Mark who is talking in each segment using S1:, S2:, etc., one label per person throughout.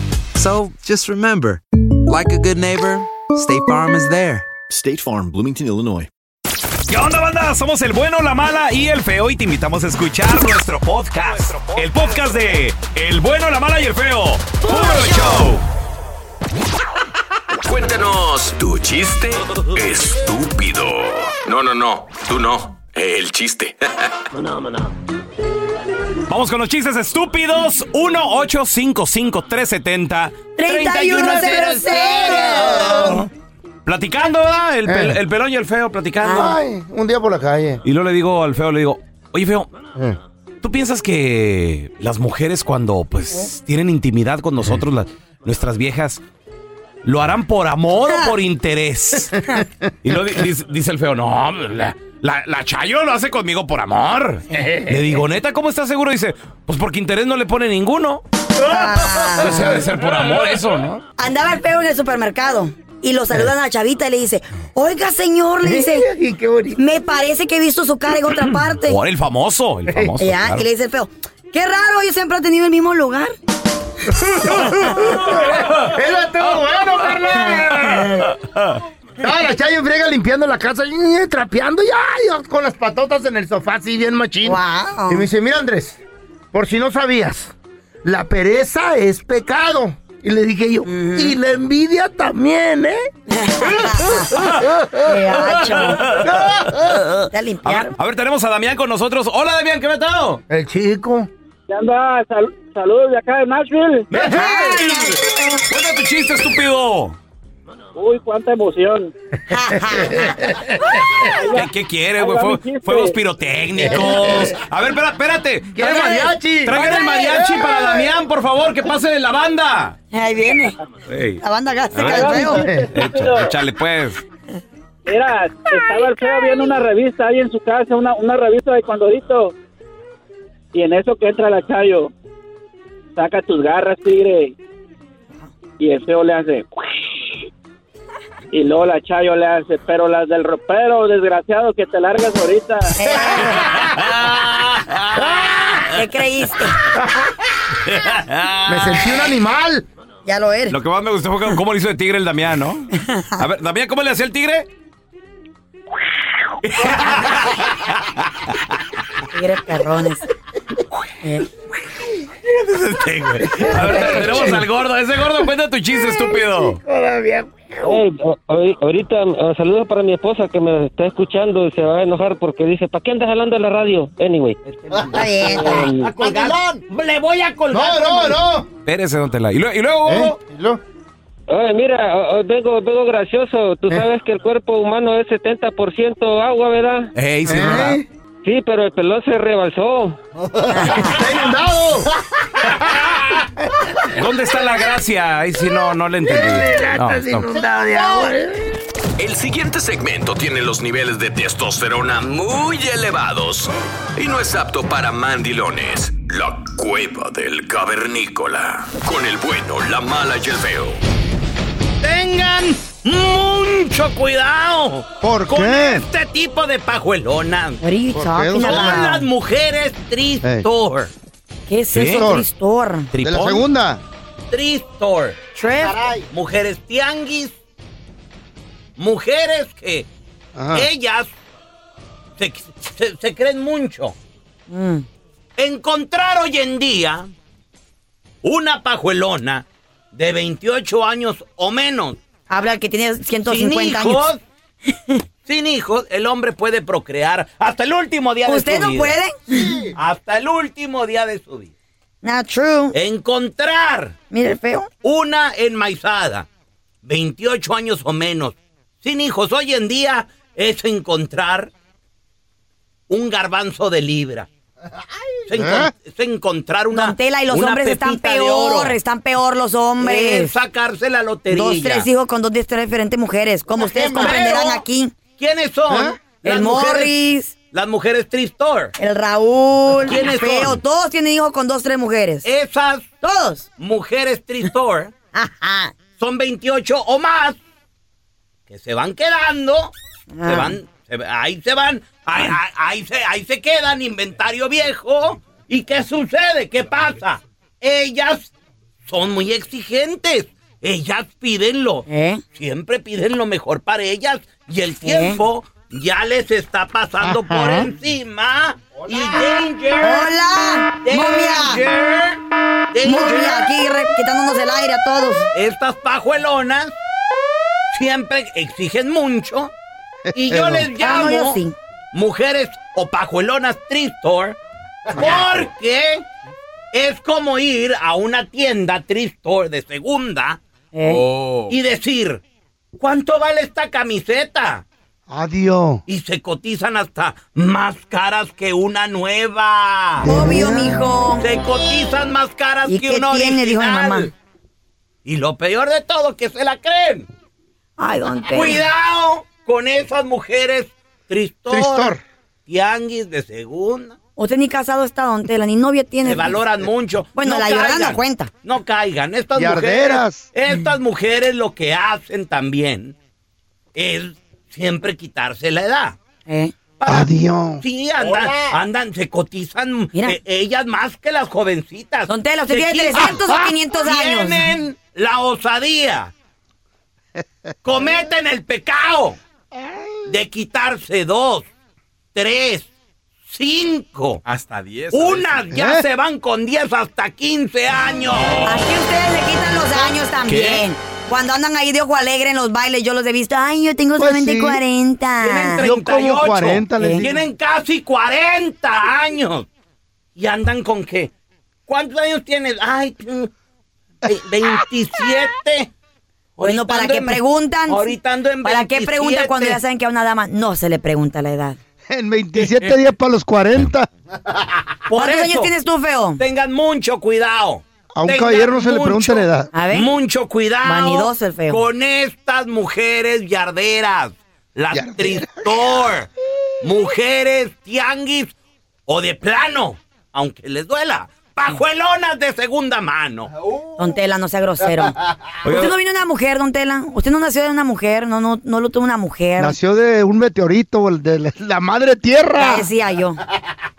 S1: So just remember, like a good neighbor, State Farm is there.
S2: State Farm, Bloomington, Illinois.
S3: ¿Qué onda, banda? Somos el bueno, la mala y el feo y te invitamos a escuchar nuestro podcast. El podcast de El bueno, la mala y el feo. ¡Puro show!
S4: Cuéntanos tu chiste estúpido. No, no, no, tú no. El chiste.
S3: Vamos con los chistes estúpidos. 1-855-370-3100. Platicando, ¿verdad? El, pel-
S5: Eh.
S3: el pelón y el feo platicando.
S5: Ay, un día por la calle.
S3: Y luego le digo al feo, le digo, oye feo, ¿tú piensas que las mujeres cuando pues tienen intimidad con nosotros, las- nuestras viejas, lo harán por amor o por interés? Y luego di- dice, dice el feo, no, la, la- la Chayo lo hace conmigo por amor. Le digo, neta, ¿cómo estás seguro? Dice, pues porque interés no le pone ninguno. Pues ha de ser por amor eso, ¿no?
S6: Ah. Andaba el feo en el supermercado y lo saludan a la chavita y le dice, oiga señor, le dice,
S5: Y qué bonito.
S6: me parece que he visto su cara en otra parte.
S3: Por el famoso, el famoso.
S6: Ya,
S3: claro.
S6: y le dice el feo, qué raro, yo siempre he tenido el mismo lugar.
S5: ¡Era todo bueno, carnal! Ah, la Chayo friega limpiando la casa, y, y, trapeando ya, yo con las patotas en el sofá, así bien machín.
S6: Guau.
S5: Y me dice, mira Andrés, por si no sabías, la pereza es pecado. Y le dije yo, y la envidia también, ¿eh?
S6: Qué hacho. Te
S3: A ver,
S6: limpiaron.
S3: a ver, tenemos a Damián con nosotros. Hola, Damián, ¿qué metado?
S5: El chico.
S7: ¿Qué anda? Sal- saludos de acá de Nashville.
S3: Cuenta tu chiste, estúpido.
S7: Uy, cuánta emoción.
S3: ¿Qué, qué quiere, güey?
S7: Ahí va
S3: Fue-
S7: mi chiste.
S3: fuegos pirotécnicos. A ver, espera- espérate.
S5: Quiere
S3: Traigan-
S5: mariachi.
S3: Traigan el mariachi para Damián, por favor, que pase de la banda.
S6: Ahí viene,
S3: Ey,
S6: la banda gástrica
S3: A
S6: del
S7: ver.
S6: feo.
S3: echa- échale, pues.
S7: Era, estaba el feo viendo una revista ahí en su casa, una, una revista de Condorito. Y en eso que entra la Chayo. Saca tus garras, tigre. Y el feo le hace. Y luego la Chayo le hace, pero las del ropero, desgraciado, que te largas ahorita.
S6: ¿Qué creíste?
S5: Me sentí un animal.
S6: Ya lo eres.
S3: Lo que más me gustó fue cómo lo hizo de tigre el Damián, ¿no? A ver, Damián, ¿cómo le hacía el tigre?
S6: Tigres perrones.
S3: Este, güey. A ver, tenemos al gordo. Ese gordo, cuenta tu chiste, estúpido.
S7: Ey, o- eh, ahori- ahorita eh, saludos para mi esposa que me está escuchando y se va a enojar porque dice, ¿para qué andas hablando en la radio? Anyway.
S6: Está bien, está bien.
S7: Le voy a
S5: No, no, no.
S3: Espérese, don Tela. Y, lue- y luego,
S5: ¿Eh?
S3: gordo.
S5: Lo-
S7: Oye, mira, o- o- vengo, vengo gracioso.
S5: Eh.
S7: Tú sabes que el cuerpo humano es 70% agua, ¿verdad?
S3: Ey, sí, es verdad.
S5: ¿Eh?
S7: Sí, pero el pelón se rebalsó.
S5: ¡Está inundado!
S3: ¿Dónde está la gracia? Ay, sí, no, no le entendí. No, no.
S4: El siguiente segmento tiene los niveles de testosterona muy elevados y no es apto para mandilones. La cueva del cavernícola. Con el bueno, la mala y el feo.
S5: Tengan
S8: mucho cuidado
S5: ¿Por
S8: con
S5: qué?
S8: este tipo de pajuelonas.
S5: ¿Por qué,
S8: Son
S5: doctor?
S8: las mujeres tristor.
S6: ¿Qué es eso, Tristor?
S5: ¿De la segunda?
S8: Tristor.
S6: Caray.
S8: Mujeres tianguis. Mujeres que ellas se, se- se creen mucho.
S6: Mm.
S8: Encontrar hoy en día una pajuelona de 28 años o menos.
S6: Habla el que tiene 150
S8: sin hijos,
S6: años.
S8: Sin hijos, el hombre puede procrear hasta el último día
S6: ¿Usted
S8: de su
S6: no
S8: vida.
S6: puede?
S8: Hasta el último día de su vida.
S6: Not true.
S8: Encontrar.
S6: Mire, feo.
S8: Una enmaizada. 28 años o menos. Sin hijos. Hoy en día es encontrar un garbanzo de libra. Es, encon- es encontrar una.
S6: Don Tela y los
S8: una
S6: hombres están
S8: pepita de oro.
S6: peor, están peor los hombres.
S8: Eh, sacarse la lotería.
S6: Dos, tres hijos con dos, tres diferentes mujeres. Como ustedes comprenderán aquí. ¿Ah?
S8: ¿Quiénes son? ¿Ah?
S6: ¿Eh?
S8: Las
S6: El
S8: mujeres-
S6: Morris,
S8: Las mujeres Tristor.
S6: el Raúl,
S8: ¿Quiénes
S6: el Feo.
S8: son? Eh.
S6: Todos tienen hijos con dos, tres mujeres.
S8: Esas
S6: Todos.
S8: mujeres Tristor son 28 o más que se van quedando.
S6: Ah.
S8: Se van, se- ahí se van, ahí, ahí- ahí se, ahí se quedan, inventario viejo. ¿Y qué sucede? ¿Qué pasa? Ellas son muy exigentes. Ellas piden lo.
S6: Eh.
S8: Siempre piden lo mejor para ellas. Y el tiempo ya les está pasando
S6: Ajá.
S8: por encima. Y danger.
S6: ¡Hola!
S8: Danger.
S6: ¡Momia! ¡Momia! Aquí re- quitándonos el aire a todos.
S8: Estas pajuelonas siempre exigen mucho. Y yo les
S6: Ah,
S8: llamo
S6: no, yo sí.
S8: mujeres o pajuelonas Tristor porque es como ir a una tienda Tristor de segunda
S6: Eh.
S5: Oh.
S8: y decir, ¿cuánto vale esta camiseta?
S5: Adiós.
S8: Y se cotizan hasta más caras que una nueva.
S6: Obvio, mijo.
S8: Se cotizan más caras
S6: ¿Y
S8: que
S6: qué
S8: una
S6: tiene?
S8: original.
S6: Dijo mi mamá.
S8: Y lo peor de todo, que se la creen.
S6: Ay, don Tela.
S8: Cuidado con esas mujeres tristor, tianguis de segunda.
S6: Usted ni casado está, don Tela, ni novia tiene.
S8: Se valoran mucho.
S6: Bueno,
S8: No
S6: la llorada
S8: caigan,
S6: no cuenta.
S8: No caigan. Estas
S6: Y
S8: mujeres.
S6: arderas.
S8: Estas mujeres lo que hacen también es siempre quitarse la edad.
S6: Eh. Ah,
S5: Adiós.
S8: Sí, andan, andan, se cotizan eh, ellas más que las jovencitas. Don
S6: Tela, ¿usted tiene 300 o 500 años?
S8: Tienen la osadía. Cometen el pecado de quitarse dos, tres, cinco.
S2: Hasta 10.
S8: Unas ya se van con 10 hasta 15 años.
S6: Aquí ustedes le quitan los años también. Cuando andan ahí de ojo alegre en los bailes, yo los he visto. Ay, yo tengo solamente 40.
S5: Ah,
S8: Tienen 38, Tienen casi 40 años. Y andan con qué? ¿Cuántos años tienes? Ay, mm, ve- 27.
S6: Bueno,
S8: Ahorita
S6: ¿para
S8: ando
S6: qué
S8: en-
S6: preguntan?
S8: Ahorita ando en
S6: ¿Para qué
S8: 27.
S6: preguntan cuando ya saben que a una dama no se le pregunta la edad?
S5: En 27 días para los 40.
S8: Por
S6: ¿Cuántos
S8: eso,
S6: años tienes tú, feo?
S8: Tengan mucho cuidado.
S5: A un
S8: Tengan
S5: caballero no se le
S8: mucho-
S5: pregunta la edad.
S6: A ver.
S8: Mucho cuidado.
S6: Vanidoso el feo.
S8: Con estas mujeres yarderas. Las tristor. Mujeres tianguis o de plano. Aunque les duela. Pajuelonas de segunda mano.
S6: Don Tela, no sea grosero.
S8: Oiga.
S6: Usted no vino de una mujer, don Tela. Usted no nació de una mujer, no, no, no lo tuvo una mujer.
S5: Nació de un meteorito, el de la- la madre tierra.
S6: Ya decía yo.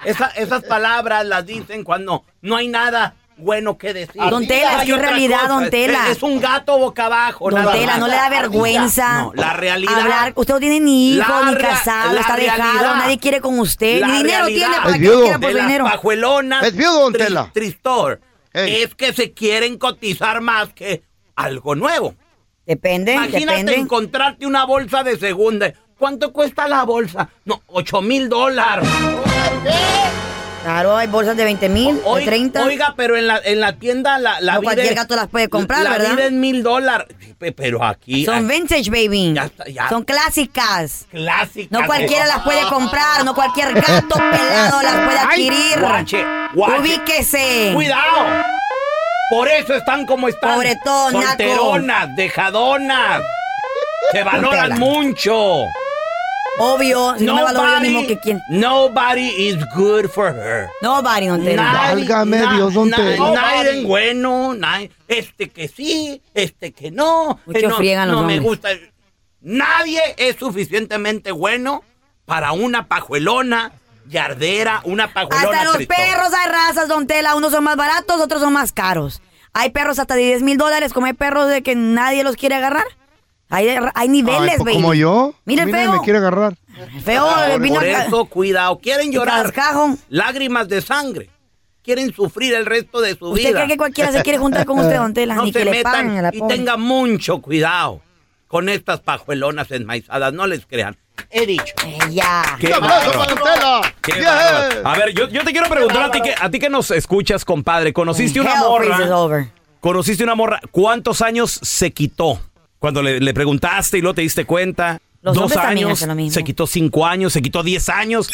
S8: Esa- esas palabras las dicen cuando no hay nada bueno que decir.
S6: Don Tela,
S8: Hay
S6: es que es
S8: otra
S6: realidad,
S8: cosa.
S6: don Tela.
S8: Es, es un gato boca abajo.
S6: Don
S8: nada
S6: Tela,
S8: más.
S6: no le da vergüenza.
S8: No, la realidad.
S6: Hablar, usted no tiene ni hijo,
S8: La
S6: ni
S8: rea-
S6: casado,
S8: la
S6: está dejado,
S8: realidad.
S6: nadie quiere con usted.
S8: La
S6: ni dinero
S8: realidad
S6: tiene para que lo quiera por
S8: de
S6: su
S8: las
S6: dinero.
S8: pajuelonas
S5: Es viudo, don
S8: tri-
S5: Tela.
S8: Tristor. Es que se quieren cotizar más que algo nuevo.
S6: Depende,
S8: Imagínate
S6: depende.
S8: encontrarte una bolsa de segunda. ¿Cuánto cuesta la bolsa? No, 8 mil dólares.
S6: Claro, hay bolsas de 20 mil, de
S8: Oiga,
S6: 30.
S8: oiga, pero en la, en la tienda la, la
S6: No
S8: vida
S6: cualquier
S8: es-
S6: gato las puede comprar,
S8: la
S6: ¿verdad?
S8: vida es mil dólares. Sí, pe- Pero aquí...
S6: Son
S8: aquí-
S6: vintage, baby.
S8: ya.
S6: Son clásicas.
S8: Clásicas.
S6: No cualquiera
S8: de-
S6: las puede comprar, no cualquier gato pelado las puede
S8: Ay,
S6: adquirir.
S8: guache, guache.
S6: Ubíquese.
S8: ¡Cuidado! Por eso están como están.
S6: Pobretón, naco.
S8: Solteronas, dejadonas. Se
S6: Tela.
S8: valoran mucho.
S6: Obvio, si no me valoro yo
S8: Nobody-
S6: mismo que quién.
S8: Nobody is good for her.
S6: Nobody, don Tela.
S8: Nadie-
S5: Válgame
S8: na-
S5: Dios, don
S8: na-
S5: Tela.
S8: Nadie bueno, nadie- este que sí, este que no.
S6: Mucho
S8: eh, no
S6: friegan los
S8: no me
S6: hombres.
S8: gusta. Nadie es suficientemente bueno para una pajuelona yardera, una pajuelona
S6: Hasta los
S8: tristona.
S6: perros hay razas, don Tela. Unos son más baratos, otros son más caros. Hay perros hasta de 10 mil dólares, como hay perros de que nadie los quiere agarrar. Hay, hay niveles,
S5: Ay, pues,
S6: baby.
S5: como yo.
S6: Mira,
S5: A mí nadie
S6: feo.
S5: me quiere agarrar.
S6: Feo, eh,
S8: Por,
S6: vino
S8: por
S6: acá.
S8: eso, cuidado. Quieren llorar lágrimas de sangre. Quieren sufrir el resto de su
S6: ¿Usted
S8: vida.
S6: cree que cualquiera se quiere juntar con usted, don Tela?
S8: No
S6: Ni
S8: se
S6: que le
S8: metan
S6: paguen a la
S8: y
S6: pobre.
S8: tenga mucho cuidado con estas pajuelonas enmaizadas. No les crean. He dicho.
S6: Ya.
S3: ¡Qué bárbaro! Qué bárbaro. A ver, yo, yo te quiero preguntar a ti, que, a ti que nos escuchas, compadre. ¿Conociste una
S6: Hell freezes
S3: morra?
S6: over.
S3: ¿Conociste una morra? ¿Cuántos años se quitó? Cuando le, le preguntaste y luego te diste cuenta.
S6: Los
S3: dos
S6: hombres también
S3: años,
S6: hacen lo mismo.
S3: se quitó cinco años, se quitó diez años.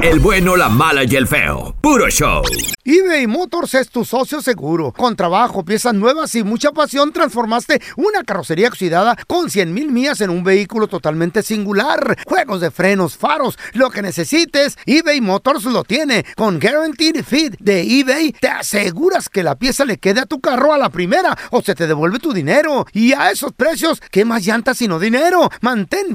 S4: El bueno, la mala y el feo. Puro show.
S5: eBay Motors es tu socio seguro. Con trabajo, piezas nuevas y mucha pasión, transformaste una carrocería oxidada con 100 mil millas en un vehículo totalmente singular. Juegos de frenos, faros, lo que necesites, eBay Motors lo tiene. Con Guaranteed Fit de eBay, te aseguras que la pieza le quede a tu carro a la primera o se te devuelve tu dinero. Y a esos precios, ¿qué más llantas sino dinero? Mantén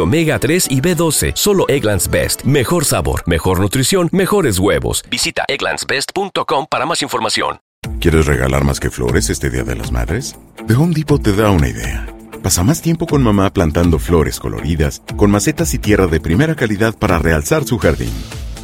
S9: omega 3 y B12. Solo Egglands Best. Mejor sabor, mejor nutrición, mejores huevos. Visita egglandsbest.com para más información.
S10: ¿Quieres regalar más que flores este Día de las Madres? The Home Depot te da una idea. Pasa más tiempo con mamá plantando flores coloridas, con macetas y tierra de primera calidad para realzar su jardín.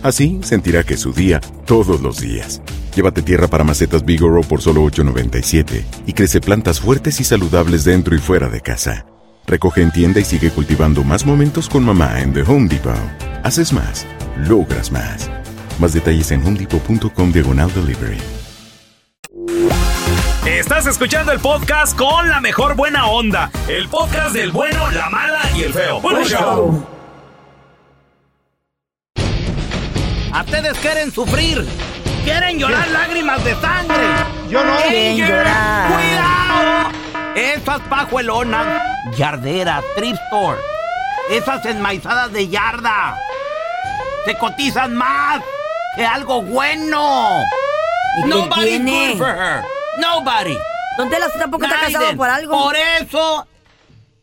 S10: Así sentirá que es su día todos los días. Llévate tierra para macetas Bigoro por solo $8.97 y crece plantas fuertes y saludables dentro y fuera de casa. Recoge en tienda y sigue cultivando más momentos con mamá en The Home Depot. Haces más, logras más. Más detalles en homedepot.com diagonal delivery.
S3: Estás escuchando el podcast con la mejor buena onda. El podcast del bueno, la mala y el feo. Bueno, show.
S8: A ustedes quieren sufrir. Quieren llorar lágrimas de sangre.
S5: Yo no.
S8: Quieren
S5: Quieren
S8: llorar. Cuidado. Esas pajuelonas yarderas, trip store. Esas enmaizadas de yarda. Se cotizan más que algo bueno.
S6: ¿Y qué
S8: Nobody's
S6: tiene?
S8: good for her. Nobody.
S6: Don Tela, usted tampoco está casado
S8: Naiden.
S6: por algo.
S8: Por eso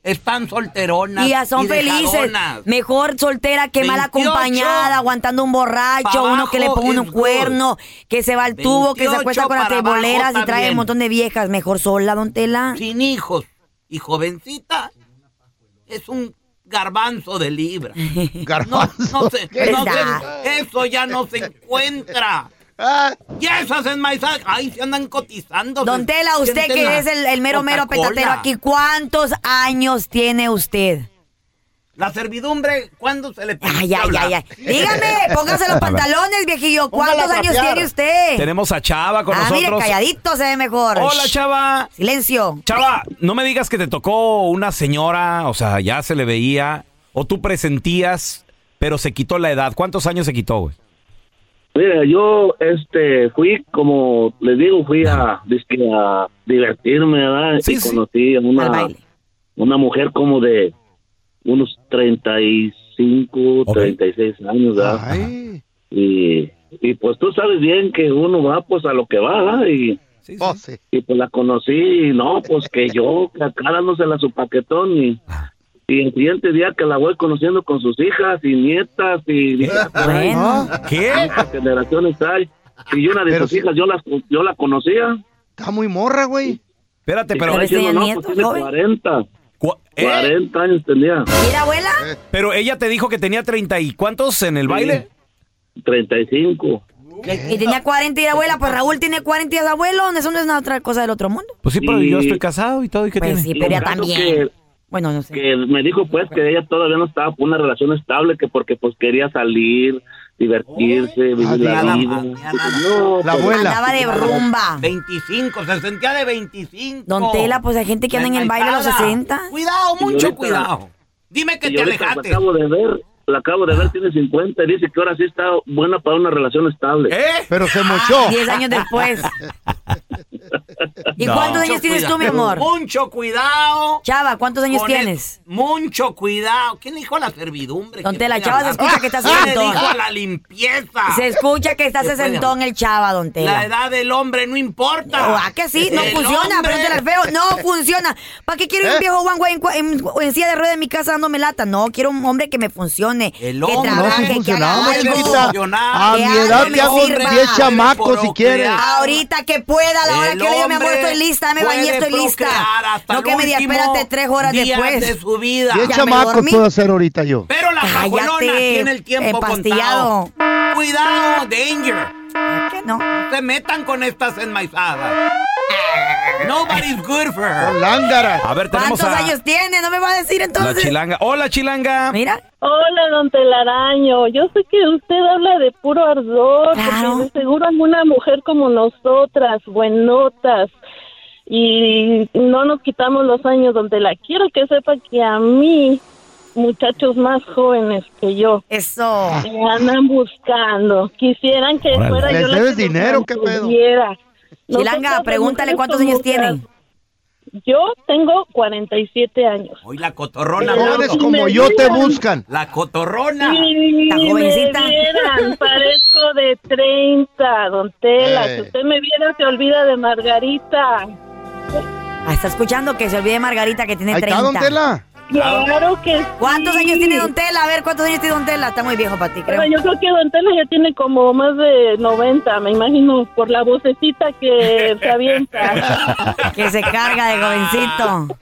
S8: están solteronas.
S6: Y ya son felices.
S8: dejadonas.
S6: Mejor soltera que mal
S8: 28
S6: acompañada, aguantando un borracho,
S8: pa'
S6: uno que le
S8: abajo
S6: pone
S8: is
S6: un cuerno, que se va al tubo, que se
S8: 28
S6: acuesta con las
S8: para abajo
S6: teboleras y trae
S8: también.
S6: un montón de viejas. Mejor sola, don Tela.
S8: Sin hijos. Y jovencita es un garbanzo de libra.
S5: Garbanzo.
S8: No, no se-
S6: ¿Qué
S8: no
S6: da?
S8: se- eso ya no se encuentra.
S5: Ah.
S8: Y esas enmaizadas, ahí se andan cotizando.
S6: Don Tela, usted que es el, el mero mero petatero aquí, ¿cuántos años tiene usted?
S8: La servidumbre, ¿cuándo se le
S6: Ay, ay, ay, ay. Dígame, póngase los pantalones, viejillo. ¿Cuántos
S8: Póngala a
S6: años
S8: trapear.
S6: tiene usted?
S3: Tenemos a Chava con
S6: ah, mire,
S3: nosotros.
S6: calladito se ve mejor.
S3: Hola, Chava.
S6: Silencio.
S3: Chava, no me digas que te tocó una señora, o sea, ya se le veía, o tú presentías, pero se quitó la edad. ¿Cuántos años se quitó, güey?
S11: Mira, yo este fui como les digo, fui a, dizque a divertirme, ¿verdad? y conocí a una una mujer como de unos 35, 36 años, ¿verdad? Y y pues tú sabes bien que uno va pues a lo que va, ¿verdad? y y pues la conocí y no, pues que yo a su paquetón y y el siguiente día que la voy conociendo con sus hijas y nietas y dije, "Ay,
S3: ¿Ah? ¿Qué?
S11: ¿Cuántas generaciones hay? Y yo una de sus hijas, yo la, yo la conocía.
S5: Está muy morra, güey.
S3: Espérate,
S11: Y
S3: pero-
S11: estaba
S3: Pero
S11: diciendo,
S3: tenía
S11: no,
S3: nietos,
S11: pues tiene
S3: joven.
S11: 40.
S3: ¿Eh?
S11: 40 años tenía.
S6: Mira, abuela.
S3: Pero ella te dijo que tenía treinta y cuántos en el baile?
S11: 35.
S6: Y tenía 40 y de abuela, pues Raúl tiene 40 y de abuelo, eso no es una otra cosa del otro mundo.
S3: Pues sí, pero
S11: Y-
S3: yo estoy casado y todo, ¿y qué
S6: Pues
S3: tiene?
S6: sí, pero ella también. bueno, no sé.
S11: Que me dijo pues que ella todavía no estaba por una relación estable, que porque pues quería salir, divertirse, vivir la
S8: nada
S11: vida.
S8: más,
S11: No, pues,
S6: Andaba de rumba.
S8: 25, se sentía de 25.
S6: Don Tela, pues hay gente que anda en el baile a los
S8: Enmaizada.
S6: 60.
S8: Cuidado,
S11: Y
S8: mucho
S11: ahorita-
S8: cuidado. Dime que
S11: Y
S8: te
S11: ahorita
S8: alejaste.
S11: La pues, acabo de ver, la acabo de ver, tiene 50 y dice que ahora sí está buena para una relación estable.
S3: ¿Eh?
S5: Pero se
S6: mochó. Diez años después. ¿Y
S11: No.
S6: cuántos años
S11: Mucho
S6: tienes tú, mi
S11: cuidado.
S6: amor?
S8: Mucho cuidado.
S6: Chava, ¿cuántos años
S8: Con el-
S6: tienes?
S8: Mucho cuidado. ¿Quién le dijo a la servidumbre?
S6: Don
S8: que
S6: Tela,
S8: puede
S6: Chava se
S8: hablar?
S6: escucha que estás
S8: ¿Quién le
S6: sentón.
S8: dijo a la limpieza?
S6: Se escucha que está
S8: Ah. Se puede
S6: sesentón el chava, don Tela.
S8: La edad del hombre no importa.
S6: Oh, ¿a que sí? No
S8: Ah, El
S6: funciona,
S8: hombre- ¿Eh?
S6: pregúntale al feo. No funciona. ¿Para qué quiero un viejo Juan güey en, cua- en- en silla de ruedas en mi casa dándome lata? No, quiero un hombre que me funcione.
S8: El
S6: que
S8: hombre
S6: trabaje, que haga
S5: funcionamos,
S6: algo.
S5: chiquita. A
S6: que
S5: mi
S6: algo
S5: edad
S6: me
S5: te hago
S6: sirva.
S5: 10 chamacos si quieres.
S6: Ahorita que pueda, a la hora
S8: El
S6: que le diga, mi amor,
S8: hombre
S6: estoy lista, me bañé,
S8: puede
S6: estoy
S8: procrear
S6: lista.
S8: hasta
S6: No
S8: el
S6: que me diga,
S8: último
S6: espérate tres horas
S8: día
S6: después.
S8: de su vida.
S6: Ya
S5: 10
S6: me
S5: chamacos
S6: dormí.
S5: puedo hacer ahorita yo.
S8: Pero la pajuelona tiene el tiempo
S6: empastillado.
S8: contado. Cuidado, danger.
S6: ¿Qué no?
S8: se metan con estas enmaizadas. Nobody's good for her.
S3: A ver, tenemos
S6: ¿Cuántos
S3: a
S6: años tiene? No me va a decir
S3: la
S6: entonces.
S3: chilanga. Hola, chilanga.
S6: Mira.
S12: Hola, don Telaraño. Yo sé que usted habla de puro ardor, porque de seguro alguna mujer como nosotras, buenotas, y no nos quitamos los años, don Tela. Quiero que sepa que a mí, muchachos más jóvenes que yo,
S6: eso
S12: me andan buscando. Quisieran que
S5: Órale.
S12: fuera
S5: ¿Les
S12: yo la
S5: debes
S12: que los
S5: dinero? ¿Qué pedo?
S12: mantuviera.
S6: Chilanga,
S12: Nosotras las
S6: pregúntale
S12: mujeres
S6: cuántos
S12: como
S6: años
S12: las-
S6: tiene.
S12: Yo tengo 47 años.
S8: Hoy la cotorrona.
S5: Jóvenes
S8: hablando.
S5: como yo te buscan.
S8: La cotorrona.
S12: Sí,
S8: Tan
S12: me
S8: jovencita.
S12: vieran, parezco de 30, don Tela.
S6: Eh.
S12: Si usted me viera, se olvida de Margarita.
S6: Ah, está escuchando que se olvide Margarita que tiene
S12: Ahí
S6: 30.
S12: está, don Tela. Claro que
S6: ¿Cuántos
S12: sí.
S6: años tiene Don Tela? A ver, ¿cuántos años tiene Don Tela? Está muy viejo para ti, creo.
S12: Pero yo creo que don Tela ya tiene como más de 90, me imagino, por la vocecita que se avienta.
S6: Que se carga de jovencito.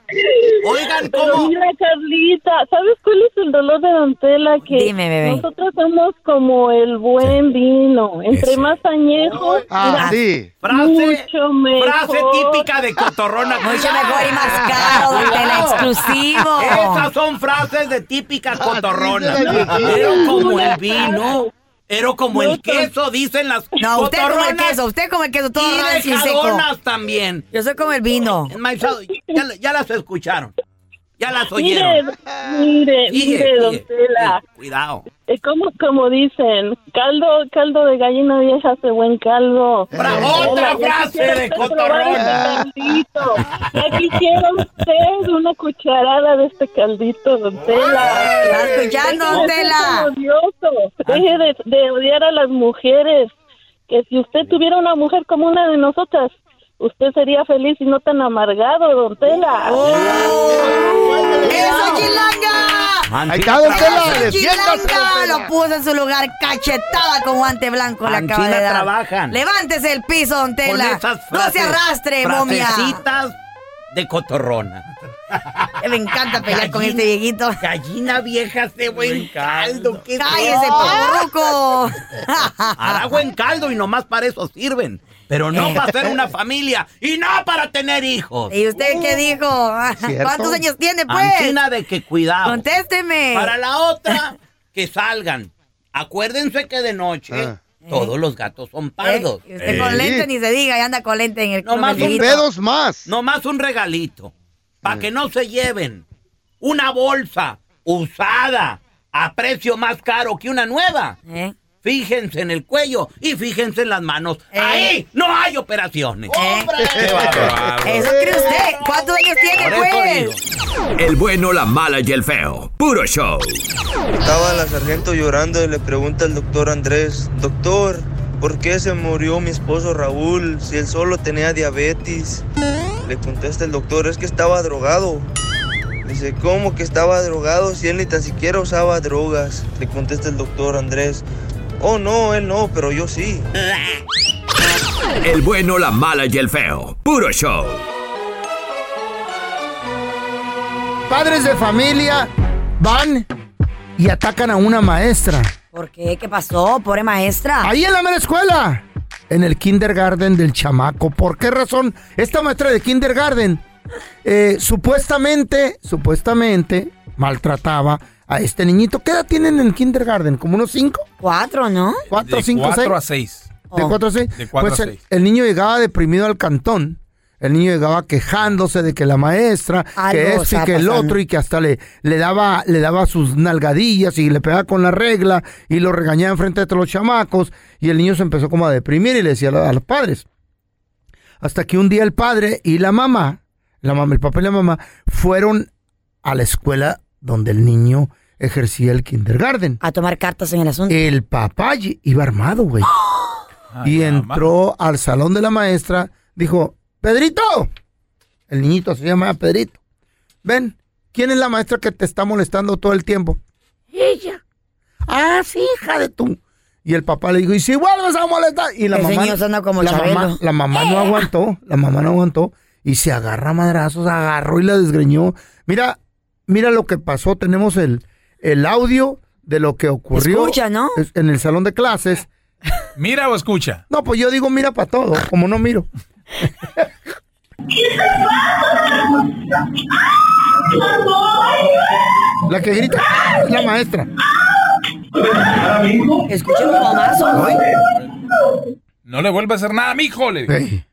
S8: Oigan,
S12: Pero mira, Carlita, ¿sabes cuál es el dolor de Don Tela? Que
S6: Dime, bebé.
S12: nosotros somos como el buen vino. Entre más añejo,
S8: Ah,
S12: mira,
S8: sí.
S12: mucho mejor.
S8: Frase típica de cotorrona.
S12: Mucho
S6: mejor y más caro, don Tela, exclusivo.
S8: Esas son frases de típica cotorrona.
S6: dice la viejita.
S8: Pero como el vino. Pero como el queso, dicen las
S6: No, usted como el
S8: cotorronas.
S6: queso, usted como el queso, todo
S8: y
S6: rancio y seco.
S8: dejadonas también.
S6: Yo soy como el vino.
S8: Enmaizado, ya, ya las escucharon. Ya las
S12: Mire,
S8: oyeron.
S12: mire,
S8: Sigue,
S12: mire, Don
S8: sigue,
S12: Tela.
S8: Cuidado.
S12: Eh, Como, como dicen, caldo, caldo de gallina vieja hace buen caldo. Eh,
S8: Otra frase de cotorrona.
S12: Ya quisiera usted una cucharada de este caldito, don Tela.
S6: Está escuchando, don Pues
S12: Deje de
S6: Tela.
S12: ser tan odioso. Deje de, de odiar a las mujeres. Que si usted tuviera una mujer como una de nosotras, usted sería feliz y no tan amargado, don Tela.
S6: ¡Eso, chilanga!
S5: Ahí está, don Tela,
S6: ¡Eso,
S5: defiéndase,
S6: chilanga!
S5: don Tela.
S6: Lo puso en su lugar, cachetada con guante blanco la acaba
S8: Anchina
S6: de dar.
S8: trabajan.
S6: Levántese el piso, don
S8: Con
S6: Tela.
S8: esas
S6: no se
S8: frases,
S6: arrastre, momia.
S8: frasecitas de cotorrona.
S6: Eh, Me encanta pelear con este viejito.
S8: Gallina vieja de buen caldo. ¿qué
S6: ¡Cállese, pavorruco!
S8: Hará buen caldo y nomás para eso sirven. Eh. Pero no para hacer una familia y no para tener hijos.
S6: ¿Y usted qué dijo?
S8: ¿Cierto?
S6: ¿Cuántos años tiene, pues?
S8: Anchina de que cuidado.
S6: Contésteme. Eh,
S8: Para la otra, que salgan. Acuérdense que de noche todos los gatos son pardos.
S6: Y usted con lente ni se diga, y anda con lente en el club.
S8: Nomás
S6: el
S8: un
S6: viejito.
S8: pedos más. Nomás un regalito. Para que no se lleven una bolsa usada a precio más caro que una nueva.
S6: Eh,
S8: Fíjense en el cuello y fíjense en las manos. Ahí no hay operaciones.
S6: Oh,
S8: ¡Qué bárbaro!
S6: eh. Eso cree usted. ¿Cuántos años tiene, pues?
S4: El bueno, la mala y el feo. Puro show.
S13: Estaba la sargento llorando y le pregunta al doctor Andrés, doctor, ¿por qué se murió mi esposo Raúl si él solo tenía diabetes? Le contesta el doctor, es que estaba drogado. Dice, ¿cómo que estaba drogado si él ni tan siquiera usaba drogas? Le contesta el doctor Andrés, oh no, él no, pero yo sí.
S4: El bueno, la mala y el feo. Puro show.
S5: Padres de familia van y atacan a una maestra.
S6: ¿Por qué? ¿Qué pasó? Pobre maestra.
S5: Ahí en la mera escuela. En el kindergarten del chamaco. ¿Por qué razón? Esta maestra de kindergarten eh, supuestamente, supuestamente maltrataba a este niñito. ¿Qué edad tienen en kindergarten? ¿Como unos cinco?
S6: Cuatro, ¿no?
S5: Cuatro, cinco, seis.
S14: a 6.
S6: Oh.
S5: ¿De cuatro a seis?
S14: De cuatro
S5: pues
S14: a
S5: el-
S14: seis.
S5: El, niño llegaba deprimido al cantón. El niño llegaba quejándose de que la maestra,
S6: Algo
S5: que esto y
S6: está
S5: que el
S6: pasando.
S5: otro, y que hasta le, le daba, le daba sus nalgadillas y le pegaba con la regla y lo regañaba enfrente de todos los chamacos. Y el niño se empezó como a deprimir y le decía a la- a los padres. Hasta que un día el padre y la mamá, la mamá, el papá y la mamá, fueron a la escuela donde el niño ejercía el kindergarten.
S6: A tomar cartas en el asunto.
S5: El papá y- iba armado, güey. y entró al salón de la maestra, dijo, Pedrito, el niñito se llama Pedrito. Ven, ¿quién es la maestra que te está molestando todo el tiempo? Ella. Ah, sí, hija de tú. Y el papá le dijo, ¿y si vuelves a molestar? Y la
S6: Ese
S5: mamá,
S6: niño Eh. suena como
S5: la
S6: Chabelo.
S5: mamá, la mamá no aguantó, la mamá no aguantó y se agarra a madrazos, agarró y la desgreñó. Mira, mira lo que pasó, tenemos el, el audio de lo que ocurrió
S6: Escucha, ¿no?
S5: es- en el salón de clases.
S14: ¿Mira o escucha?
S5: No, pues yo digo mira para todo, como no miro. La que grita es la maestra.
S6: Escucha un mamazo.
S14: No le vuelve a hacer nada, mijo. Le digo.
S5: Ey,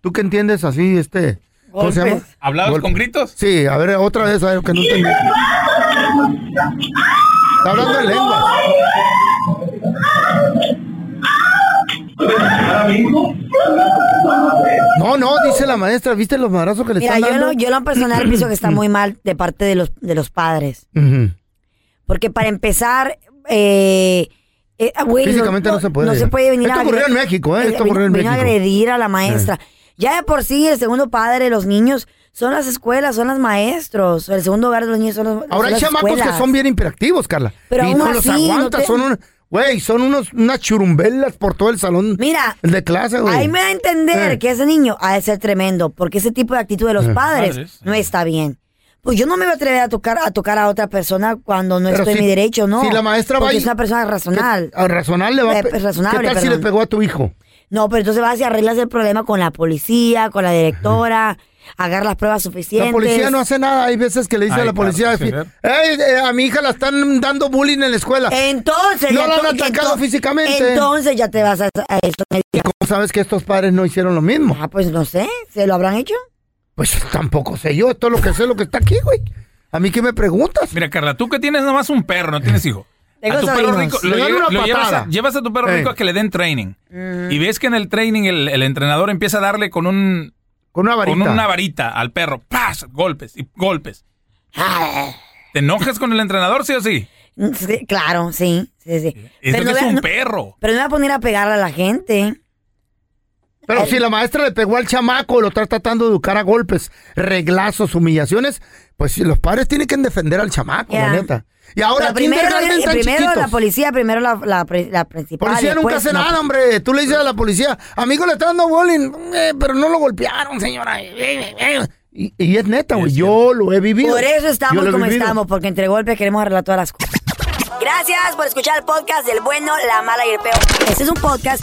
S5: ¿Tú qué entiendes así, este? ¿Cómo se llama?
S6: Pues.
S14: Golpes. ¿Hablados
S5: Golpe.
S14: con gritos?
S5: Sí, a ver, otra vez, a ver, que no entendí. Está hablando en lengua. No, no, dice la maestra, ¿viste los madrazos que le
S6: Mira,
S5: están
S6: yo en
S5: dando?
S6: lo, yo en lo personal pienso que está muy mal de parte de los, de los padres.
S5: Ujú.
S6: Porque para empezar, eh, eh, ah, güey,
S5: Físicamente no se puede.
S6: No se puede venir
S5: Esto
S6: a
S5: ocurrió en
S6: agredir-
S5: México, ¿eh? Esto
S6: ven-
S5: ocurrió en
S6: venir a
S5: México. Eh.
S6: agredir a la maestra. Ya de por sí, el segundo padre de los niños son las escuelas, son los maestros. El segundo hogar de los niños son los
S5: Ahora
S6: son
S5: hay
S6: las
S5: chamacos
S6: escuelas.
S5: que son bien hiperactivos, Carla.
S6: Pero
S5: y
S6: aún
S5: no los
S6: así, no
S5: aguantas,
S6: te-
S5: son un- Güey, son unos, unas churumbelas por todo el salón
S6: Mira,
S5: de clase, güey.
S6: Ahí me da a entender
S5: Eh.
S6: que ese niño ha de ser tremendo, porque ese tipo de actitud de los
S5: Eh.
S6: padres
S5: Padres.
S6: no está bien. Pues yo no me voy a atrever a tocar a tocar a otra persona cuando no
S5: Pero
S6: estoy
S5: si-
S6: en mi derecho, ¿no?
S5: si la maestra va
S6: porque
S5: y- ah.
S6: es una persona razonal.
S5: A razonable va a
S6: Eh,
S5: pe-
S6: razonable,
S5: ¿Qué tal si le
S6: perdón.
S5: pegó a tu hijo?
S6: No, pero entonces vas y arreglas el problema con la policía, con la directora, agarras las pruebas suficientes.
S5: La policía no hace nada. Hay veces que le dice
S6: Ay,
S5: a la
S6: claro,
S5: policía,
S6: sí, ¿verdad?
S5: "Ey, eh, a mi hija la están dando bullying en la escuela.
S6: Eh. Entonces,
S5: no
S6: ya
S5: la han
S6: to-
S5: atacado
S6: ento-
S5: físicamente.
S6: Entonces ya te vas a, a esto.
S5: ¿Cómo sabes que estos padres no hicieron lo mismo?
S6: Ah, pues no sé. ¿Se lo habrán hecho?
S5: Pues tampoco sé yo. Esto es lo que sé, lo que está aquí, güey. ¿A mí qué me preguntas?
S14: Mira, Carla, tú que tienes nada más un perro, no tienes hijo.
S5: Tengo
S14: a tu perro
S5: sobrinos.
S14: rico,
S5: Le
S14: lo,
S5: dan
S14: lle-
S5: una
S14: lo llevas, a,
S5: patada.
S14: llevas a tu perro
S5: Ey.
S14: rico a que le den training. Y ves que en el training el, el entrenador empieza a darle con un...
S5: Con una
S14: Con
S5: varita.
S14: una varita al perro. ¡Plas! Golpes y golpes. ¿Te enojas con el entrenador, sí o sí?
S6: Sí, claro, sí. sí, sí.
S14: Eso que
S6: no
S14: es
S6: voy a-
S14: un
S6: no-
S14: perro.
S6: Pero no me voy a poner a pegarle a la gente.
S5: Pero si la maestra le pegó al chamaco, lo está tratando de educar a golpes, reglazos, humillaciones, pues si los padres tienen que defender al chamaco,
S6: Ya.
S5: la neta. Y ahora,
S6: Pero primero,
S5: kindergarten están
S6: primero la
S5: chiquitos.
S6: policía, primero la, la, pre- la principal.
S5: Policía nunca
S6: después-
S5: hace
S6: no,
S5: nada,
S6: pues-
S5: hombre. Tú le dices a la policía, amigo, le está dando bullying, Eh, pero no lo golpearon, señora. Eh, eh, eh. Y, y es neta, güey. Yo lo he vivido.
S6: Por eso
S5: Yo
S6: estamos
S5: lo he
S6: como
S5: vivido.
S6: estamos, porque entre golpes queremos arreglar todas las cosas. Gracias por escuchar el podcast del bueno, la mala y el peor. Este es un podcast